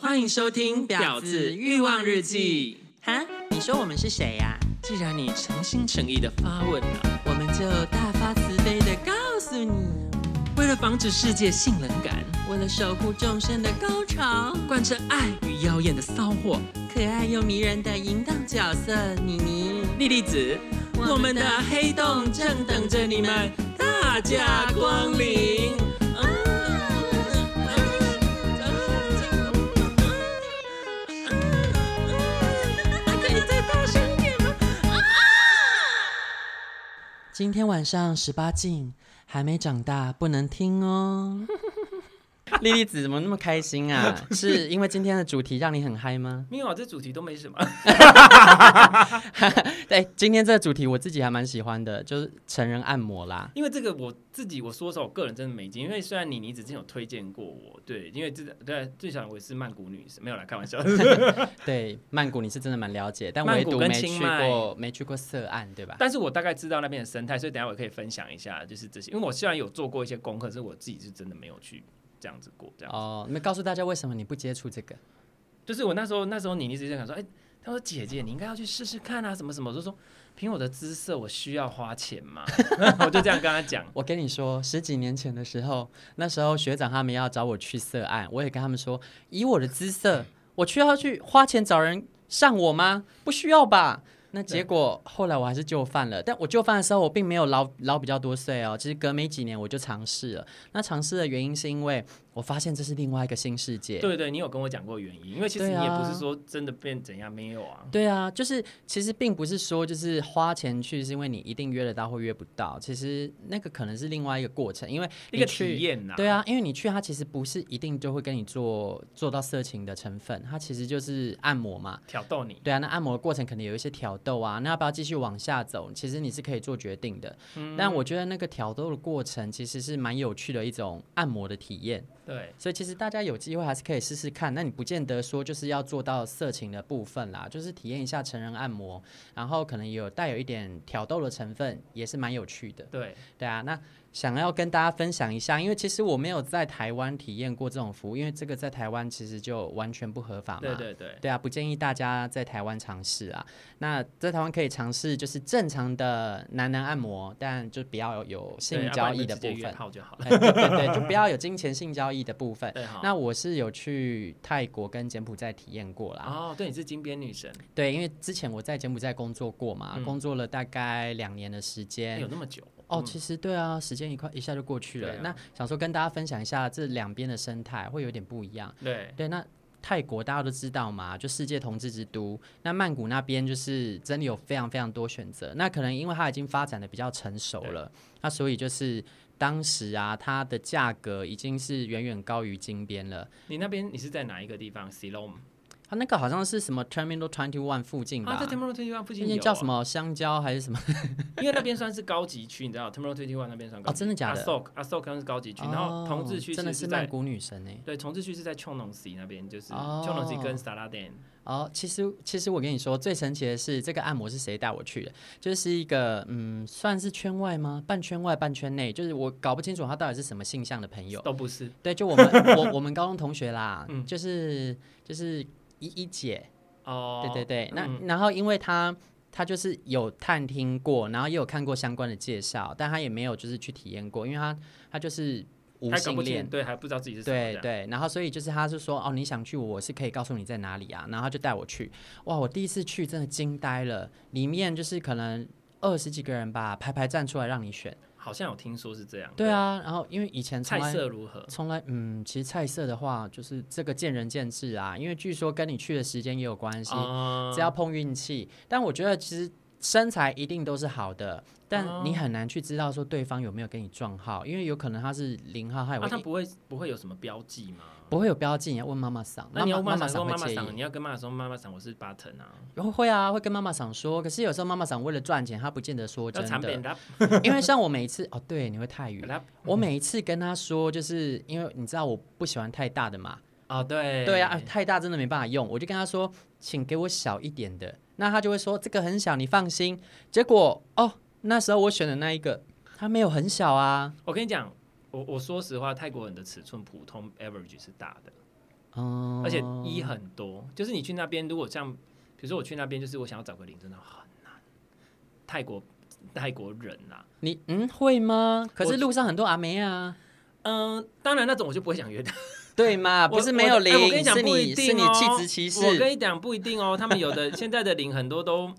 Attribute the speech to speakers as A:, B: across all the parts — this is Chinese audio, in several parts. A: 欢迎收听《婊子欲望日记》。
B: 哈，你说我们是谁啊呀、
A: 既然你诚心诚意的发问了、
B: 我们就大发慈悲的告诉你，
A: 为了防止世界性冷感，
B: 为了守护众生的高潮，
A: 贯彻爱与妖艳的骚货，
B: 可爱又迷人的淫荡角色妮妮，
A: 莉莉子，我们的黑洞正等着你们大驾光临。
B: 啊可以再大声点吗？今天晚上十八禁，还没长大不能听哦。 莉莉子怎么那么开心 啊？是因为今天的主题让你很嗨吗？
C: 没有啊，这主题都没什么。
B: 对，今天这个主题我自己还蛮喜欢的，就是成人按摩啦。
C: 因为这个我自己，我说实话，我个人真的没经，因为虽然你你之前有推荐过我，对，因为这对啊最想我也是曼谷女神，没有啦，开 玩笑。
B: 对，曼谷你是真的蛮了解，但
C: 曼
B: 唯
C: 谷
B: 独
C: 跟
B: 没
C: 清
B: 去
C: 迈
B: 过，没去过色案，对吧？
C: 但是我大概知道那边的生态，所以等一下我可以分享一下，就是这些。因为我虽然有做过一些功课，但是我自己是真的没有去这样子过，这样。
B: 哦，你们告诉大家为什么你不接触这个？
C: 就是我那时候那时候你你直接想说，哎、她说姐姐你应该要去试试看啊，什么什么，我就说凭我的姿色，我需要花钱 吗？我就这样跟她讲。
B: 我跟你说，十几年前的时候，那时候学长他们要找我去色案，我也跟他们说，以我的姿色，我需要去花钱找人上我吗？不需要吧。那结果后来我还是就范了，但我就范的时候，我并没有捞捞比较多岁哦。其实隔没几年我就尝试了，那尝试的原因是因为我发现这是另外一个新世界。
C: 对对，你有跟我讲过原因，因为其实你
B: 对
C: 也
B: 啊
C: 不是说真的变怎样，没有啊。
B: 对啊，就是其实并不是说就是花钱去是因为你一定约得到或约不到，其实那个可能是另外一个过程，因为
C: 一个
B: 你去
C: 体验呐、
B: 对啊，因为你去他其实不是一定就会跟你做做到色情的成分，他其实就是按摩嘛。
C: 挑逗你。
B: 对啊，那按摩的过程可能有一些挑逗啊，那要不要继续往下走？其实你是可以做决定的。但我觉得那个挑逗的过程其实是蛮有趣的一种按摩的体验，
C: 对，
B: 所以其实大家有机会还是可以试试看。那你不见得说就是要做到色情的部分啦，就是体验一下成人按摩，然后可能有带有一点挑逗的成分，也是蛮有趣的。
C: 对，
B: 对啊，那想要跟大家分享一下，因为其实我没有在台湾体验过这种服务，因为这个在台湾其实就完全不合法嘛。
C: 对对对，
B: 对啊，不建议大家在台湾尝试啊。那在台湾可以尝试就是正常的男男按摩，但就不要有性交易的部分。
C: 好啊就好了。
B: 哎对对对，就不要有金钱性交易的部分。
C: 对， 好。
B: 那我是有去泰国跟柬埔寨体验过啦，
C: 哦，对，你是金边女神，
B: 对，因为之前我在柬埔寨工作过嘛，
C: 嗯
B: 工作了大概两年的时间，
C: 有那么久
B: 哦，
C: 嗯
B: 其实对啊，时间一快一下就过去了。
C: 对啊
B: 那想说跟大家分享一下这两边的生态会有点不一样。
C: 对
B: 对，那泰国大家都知道嘛，就世界同志之都。那曼谷那边就是真的有非常非常多选择。那可能因为它已经发展的比较成熟了，那所以就是当时啊，它的价格已经是远远高于金边了。
C: 你那边你是在哪一个地方 s i l o m
B: 它那个好像是什么 Terminal Twenty One 附近吧？
C: 啊，在 Terminal Twenty One 附
B: 那
C: 近有
B: 间
C: 啊
B: 叫什？么香蕉还是什么？
C: 因为那边算是高级区，你知道 Terminal Twenty One 那边算高级
B: 哦真的假的
C: a s o k a s o k 是高级区，然后同志区
B: 哦真的
C: 其实
B: 是曼
C: 在
B: 谷女神欸呢、
C: 对同志区是在 Chonong Si 那边，就是
B: 哦
C: Chonong Si 跟 Saladan，
B: 哦，其实其实我跟你说，最神奇的是这个按摩是谁带我去的？就是一个嗯，算是圈外吗？半圈外半圈内，就是我搞不清楚他到底是什么性向的朋友。
C: 都不是
B: 对，就我们我我们高中同学啦，
C: 嗯
B: 就是就是一一姐，
C: 哦。
B: 对对对。那、
C: 嗯
B: 然后因为他他就是有探听过，然后也有看过相关的介绍，但他也没有就是去体验过，因为他他就是无
C: 还搞
B: 性
C: 不
B: 恋
C: 清，。对，还不知道自己是什么
B: 对
C: 这样
B: 对，然后所以就是他是说哦，你想去我是可以告诉你在哪里啊，然后他就带我去。哇，我第一次去真的惊呆了，里面就是可能二十几个人吧，排排站出来让你选。
C: 好像有听说是这样。
B: 对，啊，然后因为以前从
C: 菜
B: 来
C: 色如何？
B: 从来嗯，其实菜色的话就是这个见仁见智啊，因为据说跟你去的时间也有关系，
C: 啊
B: 只要碰运气。但我觉得其实。身材一定都是好的，但
C: 哦
B: 你很难去知道说对方有没有跟你撞号，因为有可能他是零号，还有
C: 啊，他不会不会有什么标记吗？
B: 不会有标记，你要问妈妈桑，
C: 那你要
B: 妈
C: 妈
B: 妈
C: 妈说
B: 桑会
C: 妈妈
B: 介
C: 桑，
B: 意。
C: 你要跟妈妈说妈妈桑，我是巴腾啊，
B: 会会啊，会跟妈妈桑说，可是有时候妈妈桑为了赚钱，她不见得说
C: 要嗯
B: 真
C: 产
B: 的
C: 品，啦
B: 因为像我每一次哦，对，你会泰语，
C: 啦
B: 我每一次跟她说，就是因为你知道我不喜欢太大的嘛，
C: 啊，对
B: 对啊，太大真的没办法用，我就跟她说，请给我小一点的，那她就会说这个很小，你放心。结果哦，那时候我选的那一个，它没有很小啊，
C: 我跟你讲，我我说实话，泰国人的尺寸普通 average 是大的，
B: 哦
C: 而且一很多，就是你去那边，如果像比如说我去那边，就是我想要找个零，真的很难。泰国泰国人啊，
B: 你嗯会吗？可
C: 我
B: 是路上很多阿梅啊，
C: 嗯、当然那种我就不会想约他。
B: 对嘛？
C: 我
B: 不是没有
C: 我
B: 零，
C: 哎我跟你讲
B: 是
C: 不
B: 你
C: 一
B: 是
C: 定
B: 你
C: 哦，
B: 气质歧
C: 我
B: 视
C: 跟，你讲不一定哦，他们有的现在的零很多都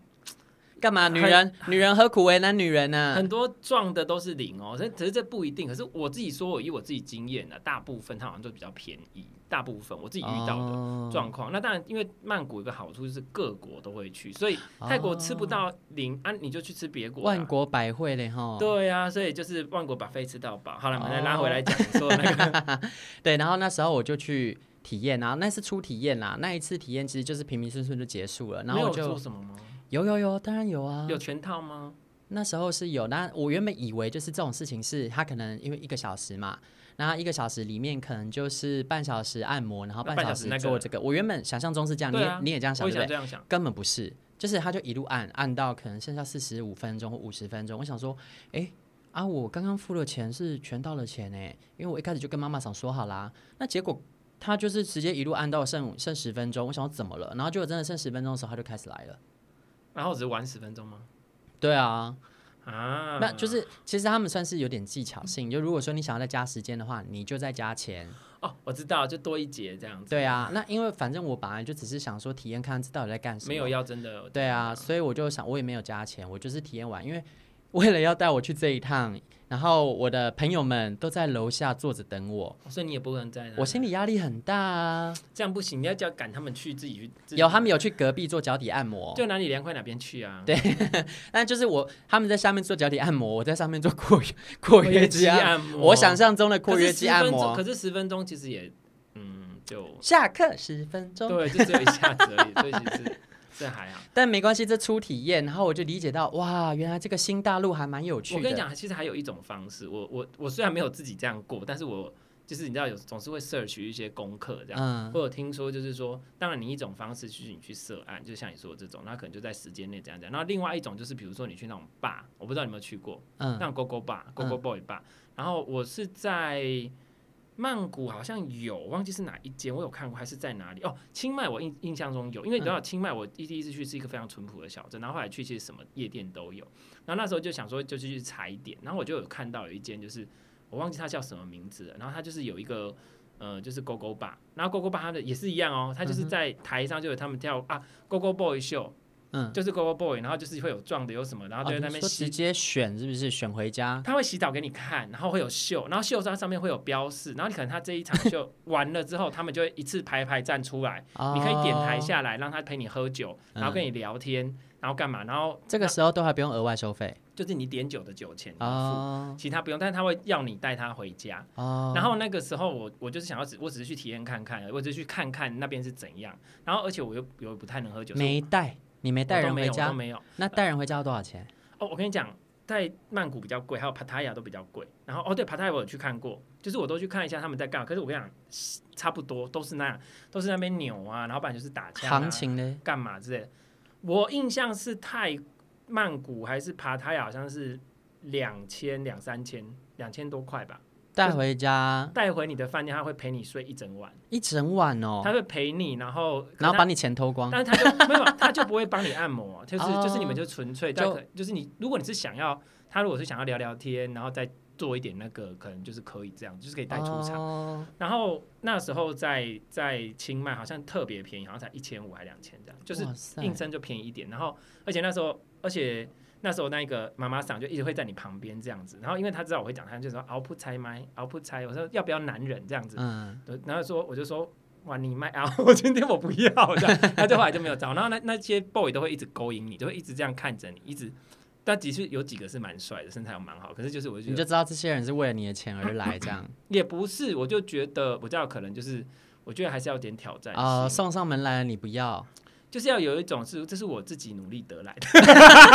B: 干嘛？女人女人何苦为难女人啊呢
C: 很？多撞的都是零哦，所以可是这不一定。可是我自己说，我以我自己经验呢、啊大部分它好像都比较便宜，大部分我自己遇到的。
B: 的
C: 状况。那当然，因为曼谷有个好处就是各国都会去，所以泰国吃不到零、啊，你就去吃别国啦。
B: 哦万国百汇嘞哈。
C: 对呀、啊，所以就是万国把飞吃到饱。好了，我
B: 哦
C: 们再拉回来讲说那个
B: 对，然后那时候我就去体验，然后那是初体验啦，那一次体验其实就是平平顺顺就结束 了，然
C: 没
B: 后
C: 有
B: 我
C: 做
B: 就
C: 什么吗？
B: 有有有，当然有啊，
C: 有全套吗？
B: 那时候是有，那我原本以为就是这种事情是他可能因为一个小时嘛，那一个小时里面可能就是半小时按摩，然后半
C: 半
B: 小
C: 小时那个
B: 做这个。我原本想象中是这样，你
C: 对啊
B: 也你也这样想
C: 我也
B: 对不
C: 想
B: 对？
C: 这样想。
B: 根本不是，就是他就一路按按到可能剩下四十五分钟或五十分钟。我想说，哎、啊，我刚刚付了钱是全到了钱哎、因为我一开始就跟妈妈想说好啦，那结果。他就是直接一路按到剩剩十分钟，我想说怎么了？然后结果真的剩十分钟的时候，他就开始来了。
C: 然后只是玩十分钟吗？
B: 对啊，
C: 啊，
B: 那就是其实他们算是有点技巧性，就如果说你想要再加时间的话，你就再加钱。
C: 哦，我知道，就多一节这样子。
B: 对，啊，那因为反正我本来就只是想说体验看这到底在干什么，
C: 没有要真的。
B: 对啊，所以我就想我也没有加钱，我就是体验完，因为为了要带我去这一趟，然后我的朋友们都在楼下坐着等我，
C: 哦，所以你也不能在那。
B: 我心里压力很大啊。
C: 这样不行，你要叫赶他们去自己去。自己
B: 有他们有去隔壁做脚底按摩，
C: 就哪里凉快哪边去啊。
B: 对但就是我他们在下面做脚底按摩，我在上面做括 约括约肌按
C: 按摩
B: 摩，我想象中的
C: 可
B: 括
C: 是
B: 约肌按
C: 10分钟
B: 摩
C: 可。是十分钟其实也，嗯，就
B: 下课十分钟。
C: 对，就只有一下子而已，所以其实 这还好。
B: 但没关系，这初体验，然后我就理解到，哇，原来这个新大陆还蛮有趣的。
C: 我跟你，讲，其实还有一种方式，我我我虽然没有自己这样过，但是我就是你知道有总是会 search 一些功课这样。
B: 嗯，
C: 我有听说，就是说，当然你一种方式就是你去涉案，就像你说的这种，那可能就在时间内这样讲。然后另外一种就是，比如说你去那种 bar，我不知道你有没有去过，那
B: 嗯，
C: 种 Go Go Bar、Go Go Boy Bar，、然后我是在曼谷，好像有忘记是哪一间，我有看过，还是在哪里？哦，清迈我印印象中有，因为
B: 嗯
C: 你知道清迈我第第一次去是一个非常淳朴的小镇，然后后来去其实什么夜店都有，然后那时候就想说就去踩点，然后我就有看到有一间就是我忘记它叫什么名字了，然后它就是有一个。呃，就是勾勾吧，然后勾勾吧，它的也是一样哦，它就是在台上就有他们跳、啊勾勾 boy 秀，
B: 嗯，
C: 就是勾勾 boy，然后就是会有撞的有什么，然后就
B: 哦
C: 在那
B: 你
C: 边
B: 说
C: 吸
B: 直接选是不是选回家？
C: 他会洗澡给你看，然后会有秀，然后秀它上面会有标示，然后你可能他这一场 秀完了之后，他们就会一次排排站出来，你可以点台
B: 哦，
C: 下来，让他陪你喝酒，
B: 嗯
C: 然后跟你聊天，然后干嘛，然后
B: 哦这个时候都还不用额外收费
C: 就是你点酒的酒钱你付，
B: 哦
C: 其他不用，但是他会要你带他回家。
B: 哦，
C: 然后那个时候我我就是想要只我只是去体验看看，我只是去看看那边是怎样，然后而且我又又不太能喝酒，所以
B: 没带，你没
C: 我
B: 带
C: 我都
B: 人
C: 没
B: 回
C: 有我都
B: 家，
C: 没有。
B: 那带人回家要多少钱？
C: 哦，我跟你讲，在曼谷比较贵，还有 Pattaya 都比较贵。然后哦，对，Pattaya 我有去看过，就是我都去看一下他们在干嘛。可是我跟你讲，差不多都是那样，都是那边扭啊，然后不然就是打架、啊、
B: 行情呢？
C: 干嘛之类的。我印象是泰曼谷还是 Pattaya 好像是两千两三千两千多块吧，
B: 带回家
C: 带回你的饭店，他会陪你睡一整晚，
B: 一整晚哦，
C: 他会陪你，然后
B: 然后把
C: 他。
B: 你钱偷光，
C: 但是他就没有，他就不会帮你按摩，就是
B: 哦
C: 就是你们就纯粹，
B: 就
C: 就就是你，如果你是想要，他如果是想要聊聊天，然后再做一点那个，可能就是可以这样，就是可以带出场。
B: 场。
C: 然后那时候在在清迈好像特别便宜，好像才一千五还两千这样，就是
B: 哇塞
C: 应征就便宜一点。然后而且那时候，而且那时候那个妈妈桑就一直会在你旁边这样子，然后因为他知道我会讲，他就说熬不拆麦，熬不拆，我说要不要男人这样子，
B: 嗯，
C: 对，然后说我就说哇，你卖啊， 我今天我不要这样，他就后来就没有找。然后那那些 boy 都会一直勾引你，就会一直这样看着你，一直。但的确有几个是蛮帅的，身材又蛮好，可是就是我就
B: 你
C: 觉
B: 就
C: 得
B: 知道这些人是为了你的钱而来，这样
C: 也不是，我就觉得我知道可能就是。我觉得还是要有点挑战性，
B: 啊，送上门来了你不要，
C: 就是要有一种是这是我自己努力得来的，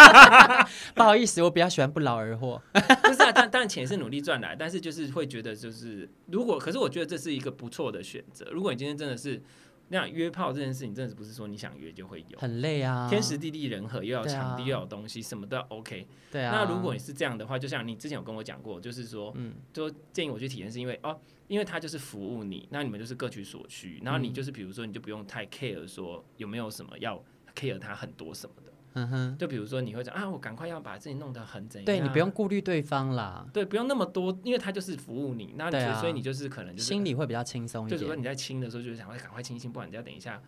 B: 不好意思，我比较喜欢不劳而获。
C: 不是啊，但但钱是努力赚来，但是就是会觉得就是如果，可是我觉得这是一个不错的选择。如果你今天真的是那约炮这件事情，真的是不是说你想约就会有，
B: 很累啊，
C: 天时地利人和，又要
B: 对啊
C: 场地，又要有东西，什么都要 OK。
B: 对啊。
C: 那如果你是这样的话，就像你之前有跟我讲过，就是说，
B: 嗯
C: 就建议我去体验，是因为哦，因为他就是服务你，那你们就是各取所需，然后
B: 嗯
C: 你就是比如说，你就不用太 care 说有没有什么要 care 他很多什么的。
B: 嗯哼，
C: 就比如说，你会讲啊，我赶快要把自己弄得很怎样，
B: 对你不用顾虑对方啦，
C: 对不用那么多，因为他就是服务你，那你就
B: 对啊
C: 所以你就是可能就是
B: 心里会比较轻松
C: 就
B: 一
C: 是说
B: 点。
C: 你在亲的时候，就是想要赶快亲一亲，不然人家等一下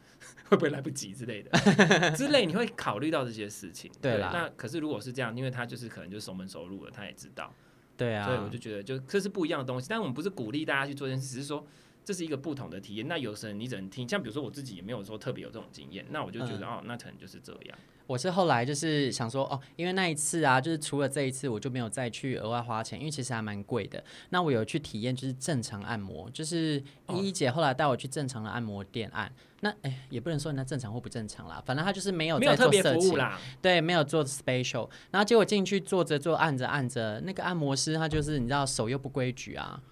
C: 会不会来不及之类的， 之类你会考虑到这些事情。
B: 对
C: 对
B: 啦
C: 那可是如果是这样，因为他就是可能就熟门熟路了，他也知道，
B: 对啊，
C: 所以我就觉得就这是不一样的东西。但我们不是鼓励大家去做这件事，只是说这是一个不同的体验。那有时候你只能听，像比如说我自己也没有说特别有这种经验，那我就觉
B: 嗯
C: 得、哦，那可能就是这样。
B: 我是后来就是想说，哦，因为那一次啊，就是除了这一次，我就没有再去额外花钱，因为其实还蛮贵的。那我有去体验就是正常按摩，就是
C: 哦
B: 依依姐后来带我去正常的按摩店按。那哎，也不能说人家正常或不正常啦，反正他就是没有
C: 没有
B: 在
C: 特
B: 做
C: 别
B: 色
C: 服务
B: 情，
C: 啦，
B: 对，没有做 special。然后结果进去坐着坐按着按着，那个按摩师他就是你知道手又不规矩啊。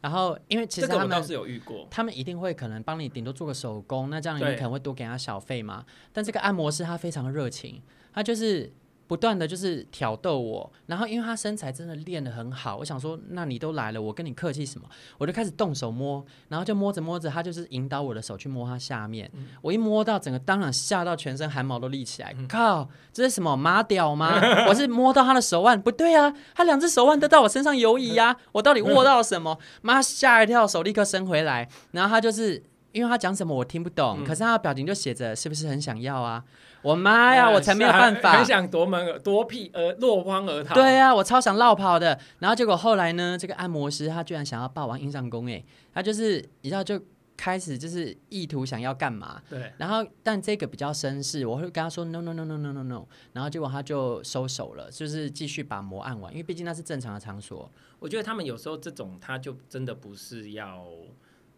B: 然后因为其
C: 这
B: 实
C: 个
B: 他
C: 我
B: 们
C: 倒是有遇过。
B: 他们一定会可能帮你顶多做个手工，那这样你
C: 对
B: 可能会多给他小费嘛。但这个按摩师他非常热情，他就是不断的就是挑逗我，然后因为他身材真的练得很好，我想说，那你都来了，我跟你客气什么？我就开始动手摸，然后就摸着摸着，他就是引导我的手去摸他下面，我一摸到整个当场吓到全身汗毛都立起
C: 嗯
B: 来，靠，这是什么马屌吗？我是摸到他的手腕，不对啊，他两只手腕都到我身上游移啊，我到底握到什么？妈吓一跳，手立刻伸回来，然后他就是。因为他讲什么我听不懂，
C: 嗯
B: 可是他的表情就写着是不是很想要啊？我妈呀，我才没有办法，
C: 哎啊很想夺门而夺屁而落荒而逃。
B: 对啊，我超想绕跑的。然后结果后来呢，这个按摩师他居然想要霸王硬上弓，哎，他就是你知道就开始就是意图想要干嘛。
C: 对，
B: 然后，但这个比较绅士，我会跟他说 no no no no no no no，然后结果他就收手了，就是继续把膜按完，因为毕竟那是正常的场所。
C: 我觉得他们有时候这种，他就真的不是要，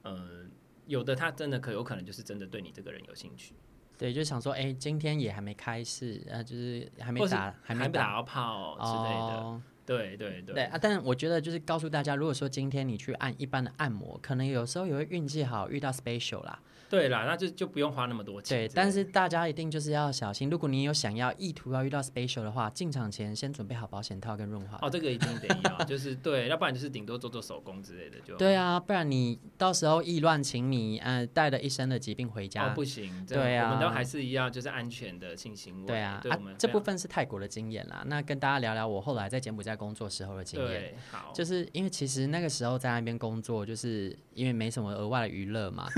C: 呃，有的他真的可有可能就是真的对你这个人有兴趣，
B: 对，就想说，哎，今天也还没开始，啊，就是还没
C: 或是
B: 打，
C: 还
B: 没
C: 打
B: 打
C: 到炮之类的。
B: 哦
C: 对对
B: 对
C: 对，
B: 啊，但我觉得就是告诉大家，如果说今天你去按一般的按摩，可能有时候也会运气好遇到 special 啦。
C: 对啦，那就就不用花那么多钱之类
B: 对，
C: 的。
B: 但是大家一定就是要小心。如果你有想要意图要遇到 special 的话，进场前先准备好保险套跟润滑。
C: 哦，这个一定得要，就是对，要不然就是顶多做做手工之类的就。哦
B: 对啊，不然你到时候意乱情迷，呃，带了一身的疾病回
C: 哦
B: 家。，
C: 不行，这
B: 对啊
C: 我们都还是一样，就是安全的性行为。
B: 对啊，
C: 对
B: 啊
C: 我们
B: 这
C: 非
B: 部
C: 常
B: 分是泰国的经验啦。那跟大家聊聊我后来在柬埔寨工作时候的经验。
C: 对好，
B: 就是因为其实那个时候在那边工作，就是因为没什么额外的娱乐 嘛，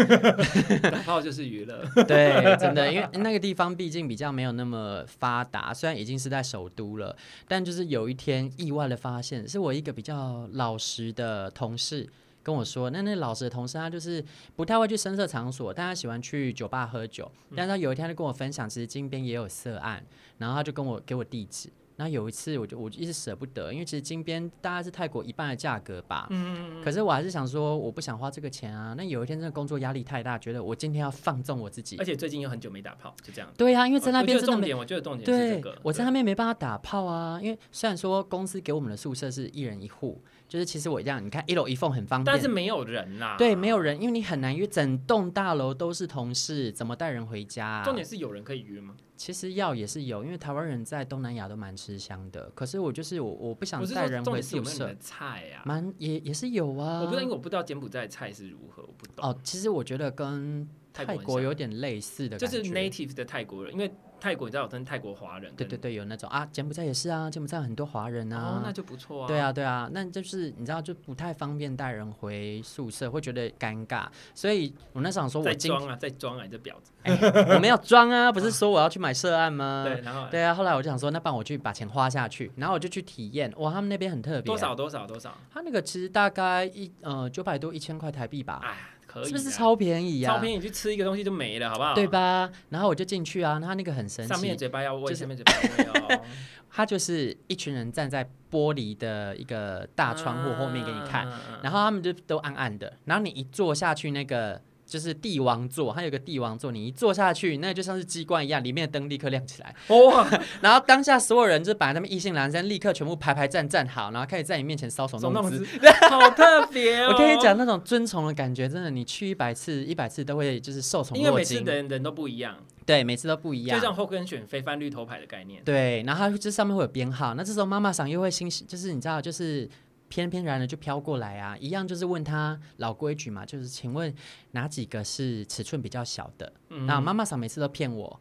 C: 打炮就是娱乐。
B: 对，真的，因为那个地方毕竟比较没有那么发达，虽然已经是在首都了，但就是有一天意外的发现，是我一个比较老实的同事。跟我说，那那老实的同事他就是不太会去深色场所，但他喜欢去酒吧喝酒。
C: 嗯
B: 但是他有一天他就跟我分享，其实金边也有色案，然后他就跟我给我地址。然后有一次我就我就一直舍不得，因为其实金边大概是泰国一半的价格吧，
C: 嗯，
B: 可是我还是想说，我不想花这个钱啊。那有一天真的工作压力太大，觉得我今天要放纵我自己
C: 而。且最近又很久没打炮，就这样。
B: 对啊，因为在那边
C: 我
B: 真的
C: 觉得重
B: 没。
C: 点，我觉得重点是这
B: 对
C: 个。，
B: 我
C: 对
B: 在那边没办法打炮啊，因为虽然说公司给我们的宿舍是一人一户，就是其实我这样，你看一楼一缝很方便，
C: 但是没有人啦。
B: 对没有人，因为你很难约，整栋大楼都是同事，怎么带人回家、啊？
C: 重点是有人可以约吗？
B: 其实要也是有，因为台湾人在东南亚都蛮吃香的，可是我就是我我不想
C: 我是
B: 带
C: 说，
B: 人
C: 重
B: 回
C: 点是有
B: 宿
C: 没有你
B: 舍，
C: 的菜啊？
B: 蛮也也是有啊。
C: 我不知道，因为我不知道柬埔寨菜是如何，我不懂。
B: 哦，其实我觉得跟
C: 泰
B: 泰
C: 国很
B: 国
C: 像
B: 有点类似的
C: 就
B: 感觉，
C: 是 native 的泰国人，因为泰国你知道有分泰国华人，
B: 对对，对，有那种啊，柬埔寨也是啊，柬埔寨很多华人
C: 哦
B: 啊，，
C: 那就不错啊。
B: 对，啊对啊，那就是你知道就不太方便带人回宿舍，会觉得尴尬，所以我那时候想说我
C: 在
B: 今
C: 装啊，在装啊，你这婊子。
B: 我没有装啊，不是说我要去买涉案吗？
C: 对，然后
B: 对啊，后来我就想说，那帮我去把钱花下去，然后我就去体验，哇，他们那边很特别，啊
C: 多？少多少多少，
B: 他那个其实大概一呃九百多一千块台币吧，
C: 哎，可以啊，
B: 是不是超便宜呀、
C: 超便宜？你去吃一个东西就没了，好不好？
B: 对？吧？然后我就进去啊，他那个很神
C: 上面
B: 奇
C: 的，嘴巴要喂，
B: 就是
C: 下面嘴巴要喂 哦。
B: 他就是一群人站在玻璃的一个大窗户后面给你看，
C: 啊，
B: 然后他们就都暗暗的，然后你一坐下去那个就是帝王座，它有个帝王座，你一坐下去，那就像是鸡冠一样，里面的灯立刻亮起 来。
C: 嗯哇，
B: 然后当下所有人就把他们意兴阑珊，立刻全部排排站站好，然后开始在你面前搔首
C: 总
B: 弄
C: 弄
B: 姿。
C: 姿好特别哦！
B: 我跟你讲，，那种尊崇的感觉，真的，你去一百次，一百次都会就是受宠
C: 因为
B: 若
C: 每次
B: 惊。
C: 的人人都不一样，
B: 对，每次都不一
C: 就
B: 样。
C: 像后跟选非翻绿头牌的概念。
B: 对，然后它这上面会有编号，那这时候妈妈桑又会欣喜，就是你知道，就是翩翩然的就飘过来啊，一样就是问他老规矩嘛，就是请问哪几个是尺寸比较小的？
C: 嗯
B: 那妈妈桑每次都骗我，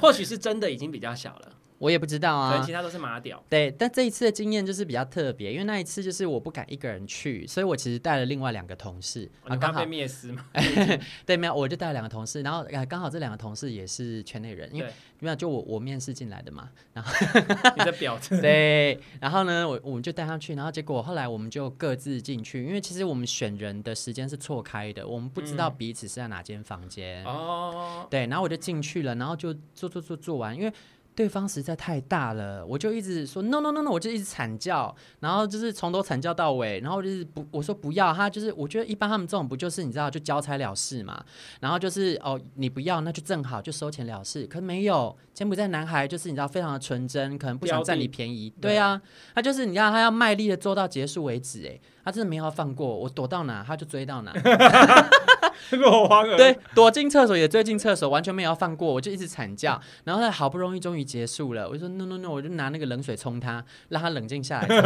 C: 或许是真的已经比较小了，
B: 我也不知道
C: 可能
B: 啊
C: 其。他都是马屌。
B: 对，但这一次的经验就是比较特别，因为那一次就是我不敢一个人去，所以我其实带了另外两个同事，啊，
C: 哦你
B: 刚
C: 怕
B: 好
C: 被灭尸 吗？
B: 对，没有，我就带了两个同事，然后呃刚好这两个同事也是圈内人，因为
C: 对
B: 没有就我我面试进来的嘛，
C: 你的表 情，
B: 对，然后呢，我我们就带他去，然后结果后来我们就各自进去，因为其实我们选人的时间是错开的，我们不知道彼此是在哪间房间。
C: 哦，
B: 对，然后我就进去了，然后就做做做做完，因为对方实在太大了，我就一直说 no no no no，我就一直惨叫，然后就是从头惨叫到尾，然后就是不我说不要，他就是我觉得一般他们这种不就是你知道就交差了事嘛，然后就是哦你不要那就正好就收钱了事，可没有柬埔寨男孩就是你知道非常的纯真，可能不想
C: 标
B: 占
C: 定
B: 你便宜，对啊，他就是你看他要卖力的做到结束为止，哎，他真的没有要放过我，我躲到哪他就追到哪。
C: 落荒 而
B: 对，躲进厕所也追进厕所，完全没有要放过，我就一直惨 叫。然后呢，好不容易终于结束了，我就说 no no no，我就拿那个冷水冲他，让他冷静下来之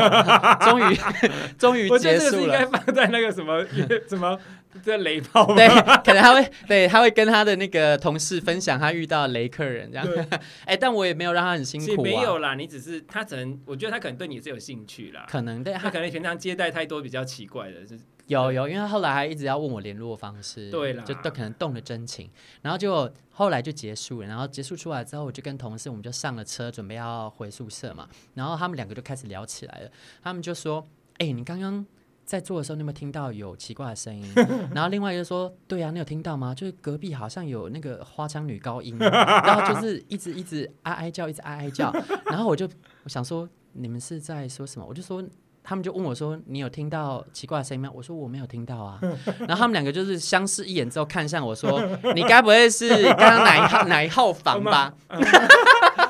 B: 后。 终于，终于
C: 我觉
B: 结
C: 得这个是
B: 束
C: 应该
B: 了。
C: 放在那个什么 什么这雷炮吧
B: 对，可能他会对他会跟他的那个同事分享他遇到的雷客人这样。 哎、但我也没有让他很辛
C: 其实
B: 苦
C: 没
B: 啊。
C: 有啦，你只是他可能，我觉得他可能对你是有兴趣啦。
B: 可能对啊
C: 他
B: 他
C: 可能平常接待太多比较奇怪的，就是
B: 有有，因为他后来还一直要问我联络方式，
C: 对啦
B: 就都可能动了真情，然后就后来就结束了，然后结束出来之后，我就跟同事我们就上了车，准备要回宿舍嘛，然后他们两个就开始聊起来了，他们就说：“哎、你刚刚。”在做的时候，你有没有听到有奇怪的声音？ 然后另外一个说：“对啊，你有听到吗？就是隔壁好像有那个花腔女高音，然后就是一直一直哀哀叫，一直哀哀叫。”然后我就我想说，你们是在说什么？我就说他们就问我说：“你有听到奇怪的声音吗？”我说：“我没有听到 啊。”然后他们两个就是相视一眼之后看向我说：“你该不会是刚刚哪一号哪一号房吧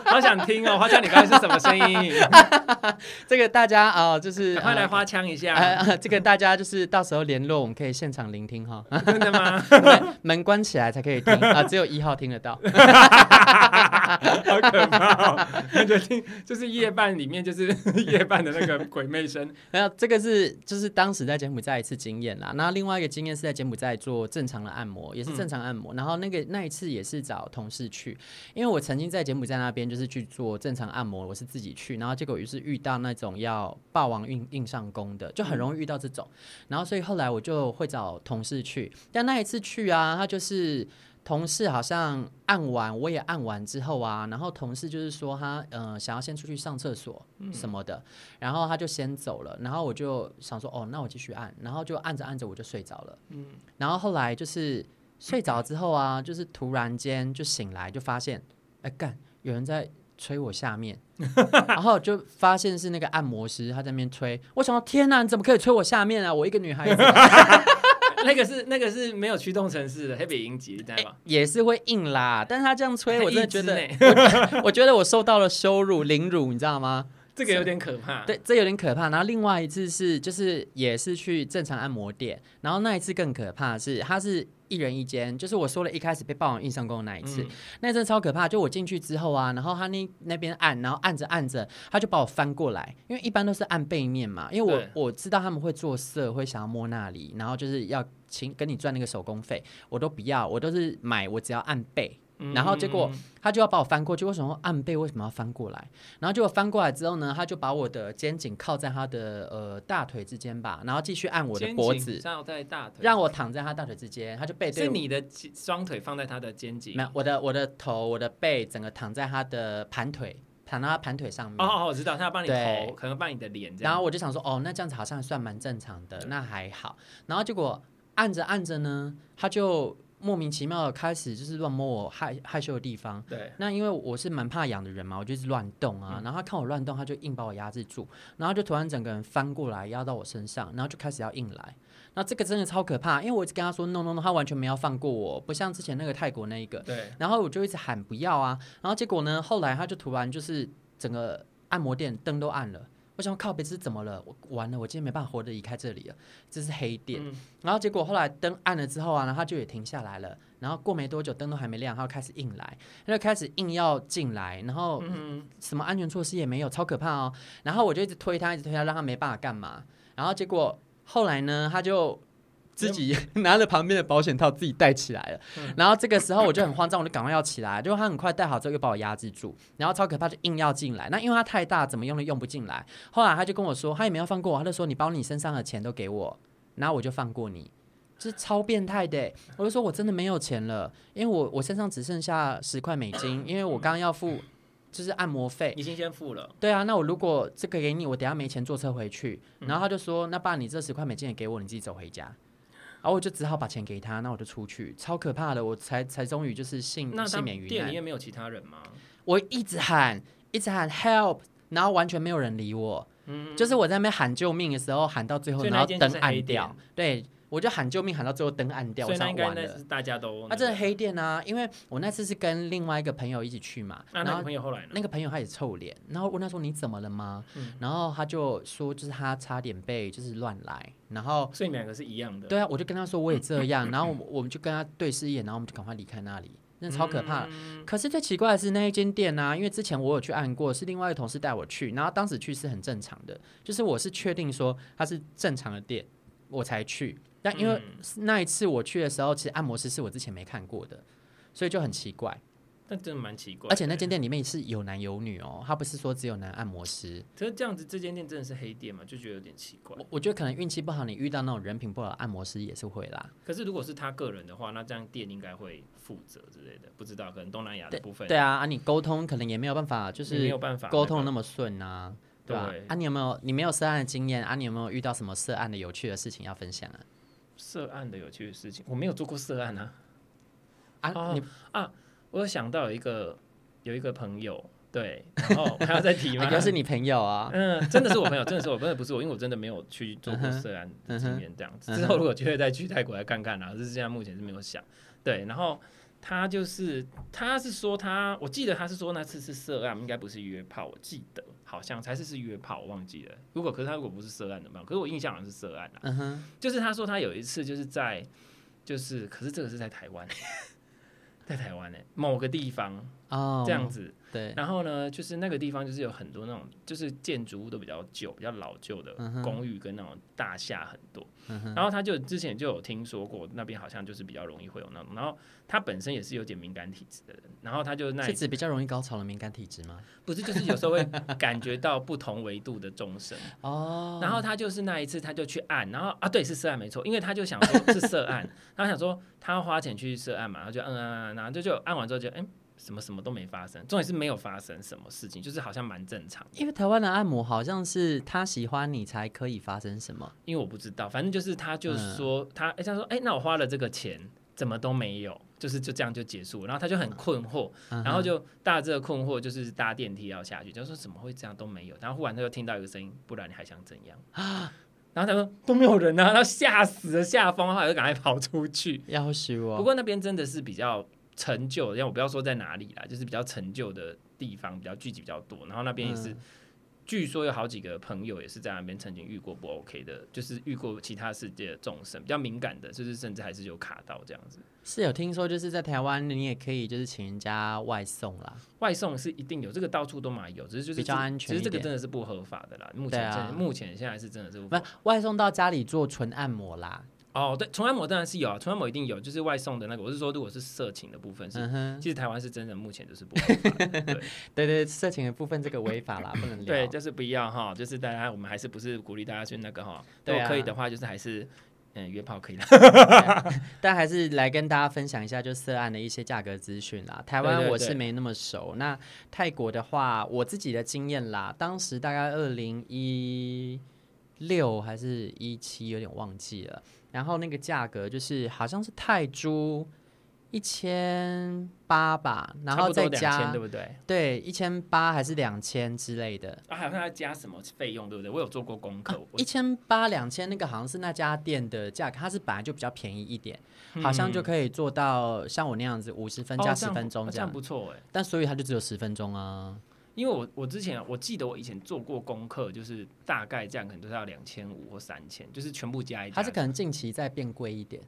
C: 好想听哦。花腔，你刚才是什么声音？？”
B: 这个大家啊、呃就是
C: 赶快来
B: 呃
C: 花腔一
B: 呃
C: 下，
B: 呃这个大家就是到时候联络，我们可以现场聆听哈、
C: 真的 吗？
B: 门门关起来才可以听啊、只有一号听得到。
C: 好可怕、哦！感觉听就是夜半里面就是夜半的那个鬼魅声，
B: 没有，这个是就是当时在柬埔寨一次经验啦。那另外一个经验是在柬埔寨做正常的按摩，也是正常按摩。然后那个那一次也是找同事去，因为我曾经在柬埔寨那边就是去做正常按摩，我是自己去，然后结果也是遇到那种要霸王硬硬上弓的，就很容易遇到这种。然后所以后来我就会找同事去，但那一次去啊，他就是。同事好像按完，我也按完之后啊，然后同事就是说他呃想要先出去上厕所什么的，然后他就先走了，然后我就想说，哦，那我继续按，然后就按着按着我就睡着了，嗯，然后后来就是睡着之后啊，就是突然间就醒来，就发现，哎干，有人在吹我下 面，然后就发现是那个按摩师他在那边吹，我想到天哪，你怎么可以吹我下面啊？我一个女孩 子
C: 那个是那个是没有驱动城市的黑北音集，你知道吗？
B: 也是会硬啦，但是他这样吹，我真的觉
C: 还
B: 得，
C: 一只呢
B: 我觉得我受到了羞辱、凌辱，你知道吗？
C: 这个有点可怕。
B: 对，这有点可怕。然后另外一次是，就是也是去正常按摩店，然后那一次更可怕的是，它是一人一间，就是我说了一开始被霸王硬上弓的那一次，
C: 嗯
B: 那真的超可怕。就我进去之后啊，然后他那那边按，然后按着按着，他就把我翻过来，因为一般都是按背面嘛，因为
C: 对
B: 我我知道他们会做色，会想要摸那里，然后就是要请跟你赚那个手工费，我都不要，我都是买，我只要按背。
C: 嗯
B: 然后结果他就要把我翻过去，为什么按背为什么要翻过来？然后结果翻过来之后呢，他就把我的肩颈靠在他的呃大腿之间吧，然后继续按我的
C: 肩
B: 脖
C: 颈
B: 子，
C: 照在大腿，
B: 让我躺在他大腿之间，他就背对
C: 是
B: 我。
C: 你的肩双腿放在他的肩颈哦
B: 没。有，我的我的头，我的背，整个躺在他的盘腿，躺到他盘腿上面。
C: 哦哦，我知道，他要帮你
B: 对
C: 头，可能帮你的脸这
B: 然
C: 样。
B: 后我就想说，哦，那这样子好像算蛮正常的，那还好。然后结果按着按着呢，他就莫名其妙的开始就是乱摸我害害羞的地方。
C: 对，
B: 那因为我是蛮怕痒的人嘛，我就一直乱动啊，然后他看我乱动，他就硬把我压制住，然后就突然整个人翻过来压到我身上，然后就开始要硬来。那这个真的超可怕，因为我一直跟他说 no no no，他完全没有放过我，不像之前那个泰国那一个，
C: 对，
B: 然后我就一直喊不要啊，然后结果呢，后来他就突然就是整个按摩店灯都暗了。我想靠，别是怎么了？我完了，我今天没办法活着离开这里了，这是黑店。
C: 嗯
B: 然后结果后来灯暗了之后啊，然后他就也停下来了。然后过没多久，灯都还没亮，他就开始硬来，他就开始硬要进来，然后
C: 嗯，
B: 什么安全措施也没有，超可怕哦。然后我就一直推他，一直推他，让他没办法干嘛。然后结果后来呢，他就自己 拿着旁边的保险套自己戴起来了。
C: 嗯
B: 然后这个时候我就很慌张，我就赶快要起来，结果他很快戴好之后又把我压制住，然后超可怕，就硬要进来。那因为他太大，怎么用都用不进来。后来他就跟我说，他也没有放过我，他就说你把你身上的钱都给我，然后我就放过你。这超变态的欸，我就说我真的没有钱了，因为我我身上只剩下十块美金，因为我刚刚要付就是按摩费，
C: 已经先付了，
B: 对啊，那我如果这个给你，我等一下没钱坐车回去，
C: 嗯
B: 然后他就说：“那爸，你这十块美金也给我，你自己走回家。”然后我就只好把钱给他，那我就出去，超可怕的，我才才终于就是幸
C: 那他
B: 嗯幸免于
C: 店里
B: 难。
C: 面没有其他人吗？
B: 我一直喊，一直喊 help，然后完全没有人理我。就是我在那边喊救命的时候，喊到最后，
C: 嗯所以那
B: 然后
C: 间
B: 灯
C: 就是黑
B: 暗
C: 店
B: 掉。对，我就喊救命，喊到最后灯暗掉，啊我
C: 所以那
B: 想
C: 应该
B: 完
C: 那
B: 了
C: 是。大家都
B: 啊，这是
C: 个。
B: 黑店啊，因为我那次是跟另外一个朋友一起去嘛，
C: 那
B: 然
C: 那
B: 后
C: 个朋友后来呢？
B: 那个朋友他也臭脸，然后问他说你怎么了吗？
C: 嗯
B: 然后他就说就是他差点被就是乱来，然后
C: 所以你们两个是一样的，
B: 对啊，我就跟他说我也这样，然后我们我们就跟他对视一眼，然后我们就赶快离开那里，那超可怕的。
C: 嗯
B: 可是最奇怪的是那一间店啊，因为之前我有去按过，是另外一个同事带我去，然后当时去是很正常的，就是我是确定说它是正常的店，我才去。但
C: 嗯
B: 因为那一次我去的时候，其实按摩师是我之前没看过的，所以就很奇怪。
C: 但真的蛮奇怪的。嗯
B: 而且那间店里面是有男有女哦，他不是说只有男按摩师。
C: 可是这样子，这间店真的是黑店嘛，就觉得有点奇怪。
B: 我我觉得可能运气不好，你遇到那种人品不好的按摩师也是会啦。
C: 可是如果是他个人的话，那这样店应该会负责之类的，不知道，可能东南亚的部分
B: 对啊，啊你沟通可能也没有办法，就
C: 你没有
B: 是
C: 办法
B: 沟通那
C: 那
B: 么顺啊，对吧、啊
C: 对？
B: 你有没有你没有涉案的经验啊？你有没有遇到什么涉案的有趣的事情要分享啊？
C: 个涉案的有趣的事情，我没有做过涉案啊。
B: 啊，
C: 哦
B: 你
C: 我有想到有一个有一个朋友，对，然后还要再提 吗
B: 啊？又是你朋友 啊？
C: 嗯，真的是我朋友，真的是我，真的不是我，因为我真的没有去做过涉案的经验这样子。
B: 嗯嗯哼
C: 之后如果有机会再去泰国来看看啦、啊，这是现在目前是没有想。对，然后他就是，他是说他，我记得他是说那次是涉案，应该不是约炮，我记得好像才是是约炮，我忘记了。如果可是他如果不是涉案怎么办？可是我印象好像是涉案啊，
B: 嗯哼，
C: 就是他说他有一次就是在，就是可是这个是在台湾，欸 在台湾呢、欸某个地方
B: 哦，
C: 这样子。
B: 对，
C: 然后呢，就是那个地方就是有很多那种，就是建筑物都比较旧、比较老旧的
B: 嗯哼
C: 公寓跟那种大厦很多。
B: 嗯哼，
C: 然后他就之前就有听说过，那边好像就是比较容易会有那种。然后他本身也是有点敏感体质的人，然后他就那
B: 是
C: 一
B: 指比较容易高潮的敏感体质吗？
C: 不是就是有时候会感觉到不同维度的众生。
B: 哦，
C: 然后他就是那一次，他就去按，然后啊，对，是涉案没错，因为他就想说是涉 案，他想说他要花钱去涉案嘛，然后就嗯嗯嗯，嗯然后就就按完之后就嗯，什么什么都没发生，重点是没有发生什么事情，就是好像蛮正常的。
B: 因为台湾的按摩好像是他喜欢你才可以发生什么，
C: 因为我不知道，反正就是他就是
B: 嗯
C: 说、他，哎、他说哎、那我花了这个钱怎么都没有，就是就这样就结束，然后他就很困惑，
B: 嗯哼
C: 然后就大致的困惑就是搭电梯要下去，就说怎么会这样都没有，然后忽然他就听到一个声音，不然你还想怎 样？然后他说都没有人啊，他吓死了，吓疯了，后来就赶快跑出去。
B: 要死
C: 不
B: 我。
C: 过那边真的是比较陈旧的，要我不要说在哪里啦，就是比较陈旧的地方，比较聚集比较多。然后那边也是，
B: 嗯
C: 据说有好几个朋友也是在那边曾经遇过不 OK 的，就是遇过其他世界的众生，比较敏感的，就是甚至还是有卡到这样子。
B: 是有听说，就是在台湾你也可以就是请人家外送啦。
C: 外送是一定有，这个到处都嘛有，只是就是
B: 比较
C: 这
B: 安全
C: 只是这
B: 一
C: 个
B: 点
C: 真的是不合法的啦。目
B: 对
C: 前
B: 啊
C: 真的目前现在是真的是不
B: 不
C: 合
B: 是外送到家里做纯按摩啦。
C: 哦，对，纯按摩当然是有啊，纯按摩一定有，就是外送的那个，我是说如果是色情的部分是，
B: 嗯哼，
C: 其实台湾是真的目前就是不合法的，对。
B: 对对，色情的部分这个违 法啦，不能聊。
C: 对，就是不一样哈，就是大家我们还是不是鼓励大家去那个哈，如
B: 对
C: 果
B: 啊
C: 可以的话，就是还是嗯约炮可以的。
B: 但还是来跟大家分享一下，就色案的一些价格资讯啦。台
C: 对
B: 湾
C: 对
B: 我是
C: 对
B: 没那么熟，那泰国的话，我自己的经验啦，当时大概二零一六还是一七，有点忘记了。然后那个价格就是好像是泰铢一千八吧，然
C: 差
B: 后
C: 不多
B: 再
C: 两千，
B: 加
C: 对不对？
B: 对一千八还是两千之类的，
C: 啊，好像要加什么费用，对不对？我有做过功课，我
B: 啊一千八两千那个好像是那家店的价格，它是本来就比较便宜一点，好像就可以做到像我那样子五十分
C: 嗯哦
B: 加
C: 这
B: 十
C: 样
B: 分
C: 不
B: 钟
C: 哦
B: 这
C: 这
B: 样，
C: 样不错哎。
B: 但所以它就只有十分钟啊。
C: 因为我我之前我记得我以前做过功课，就是大概这样可能都是要两千五或三千，就是全部加一加，
B: 它是可能近期再变贵一点，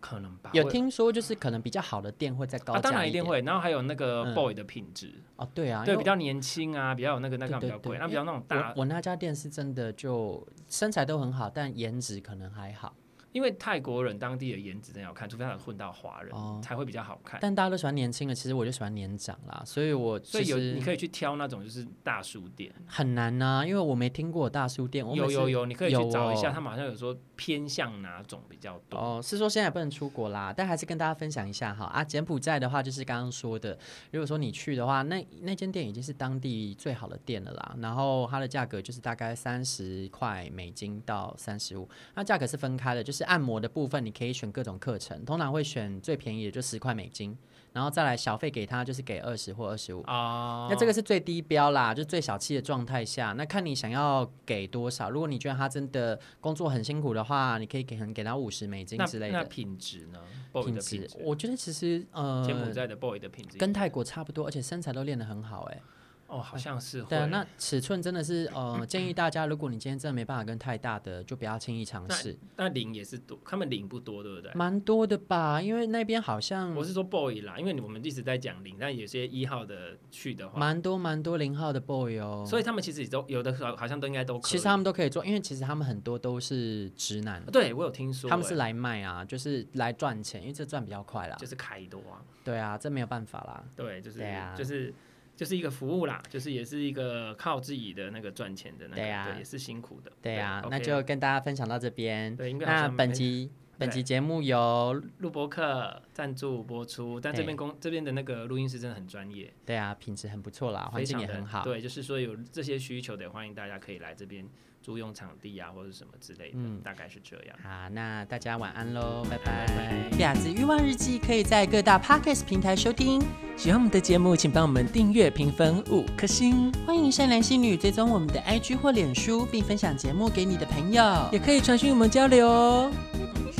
C: 可能吧？
B: 有
C: 我
B: 听说就是可能比较好的店会再高
C: 啊，当
B: 价
C: 然一定
B: 点。
C: 会。然后还有那个
B: 嗯
C: boy 的品质，
B: 哦，对啊，
C: 对，
B: 因为
C: 比较年轻啊，比较有那个那个比
B: 对对
C: 较贵，
B: 对
C: 那比较那种
B: 我
C: 大，
B: 我那家店是真的就身材都很好，但颜值可能还好，
C: 因为泰国人当地的颜值真的好看，除非他有混到华人
B: 哦
C: 才会比较好看。
B: 但大家都喜欢年轻的，其实我就喜欢年长啦，所以我
C: 所
B: 其
C: 以有你
B: 实
C: 可以去挑那种就是大书店，
B: 很难呐、因为我没听过大书店，我
C: 有
B: 每次
C: 有有，你可以去
B: 有
C: 找一下，
B: 哦
C: 他们好像有说偏向哪种比较多。
B: 哦，是说现在也不能出国啦，但还是跟大家分享一下哈。啊，柬埔寨的话就是刚刚说的，如果说你去的话，那那间店已经是当地最好的店了啦。然后它的价格就是大概三十块美金到三十五，那价格是分开的，就是按摩的部分你可以选各种课程，通常会选最便宜的就十块美金，然后再来小费给他就是给二十或二十五。
C: 啊，
B: 哦那这个是最低标啦，就最小气的状态下。那看你想要给多少。如果你觉得他真的工作很辛苦的话，你可以给可能给他五十美金
C: 那
B: 之类
C: 那
B: 的
C: 品质呢？boy 的
B: 质
C: 品。质，
B: 我觉得其实呃，
C: 柬埔寨的 boy 的品质
B: 跟泰国差不多，而且身材都练得很好哎、
C: 哦，好像是
B: 对
C: 会
B: 啊，。那尺寸真的是呃，建议大家，如果你今天真的没办法跟太大的，就不要轻易尝试。
C: 那领也是多，他们领不多，对不对？
B: 蛮多的吧，因为那边好像
C: 我是说 boy 啦，因为我们一直在讲领，但有些一号的去的话，
B: 蛮多蛮多零号的 boy 哦。
C: 所以他们其实也都有的好好像都应该都可以。
B: 其实他们都可以做，因为其实他们很多都是直男。
C: 对我有听说欸，
B: 他们是来卖啊，就是来赚钱，因为这赚比较快啦
C: 就。是开多啊，
B: 对啊，这没有办法啦。
C: 对，就是
B: 对啊
C: 就是就是一个服务啦，就是也是一个靠自己的那个赚钱的那个，
B: 对啊
C: 也是辛苦的。
B: 对啊，
C: OK
B: 那就跟大家分享到这边。
C: 对，因为好
B: 那
C: 像
B: 本
C: 没哎
B: 集本
C: 对
B: 集节目由
C: 录播课赞助播出，但这边
B: 对
C: 公这边的那个录音师真的很专业，
B: 对啊，品质很不错啦，环
C: 非
B: 境
C: 常
B: 也
C: 的
B: 很好。
C: 对，就是说有这些需求的，欢迎大家可以来这边租用场地啊，或者什么之类的，
B: 嗯
C: 大概是这样。
B: 好，那大家晚安喽，拜拜
C: 拜。
B: 婊子欲望日记可以在各大 podcast 平台收听，
A: 喜欢我们的节目，请帮我们订阅、评分五颗星，
B: 欢迎善良心女追踪我们的 IG 或脸书，并分享节目给你的朋友。
A: 也可以传讯我们交流哦。
D: Thank you.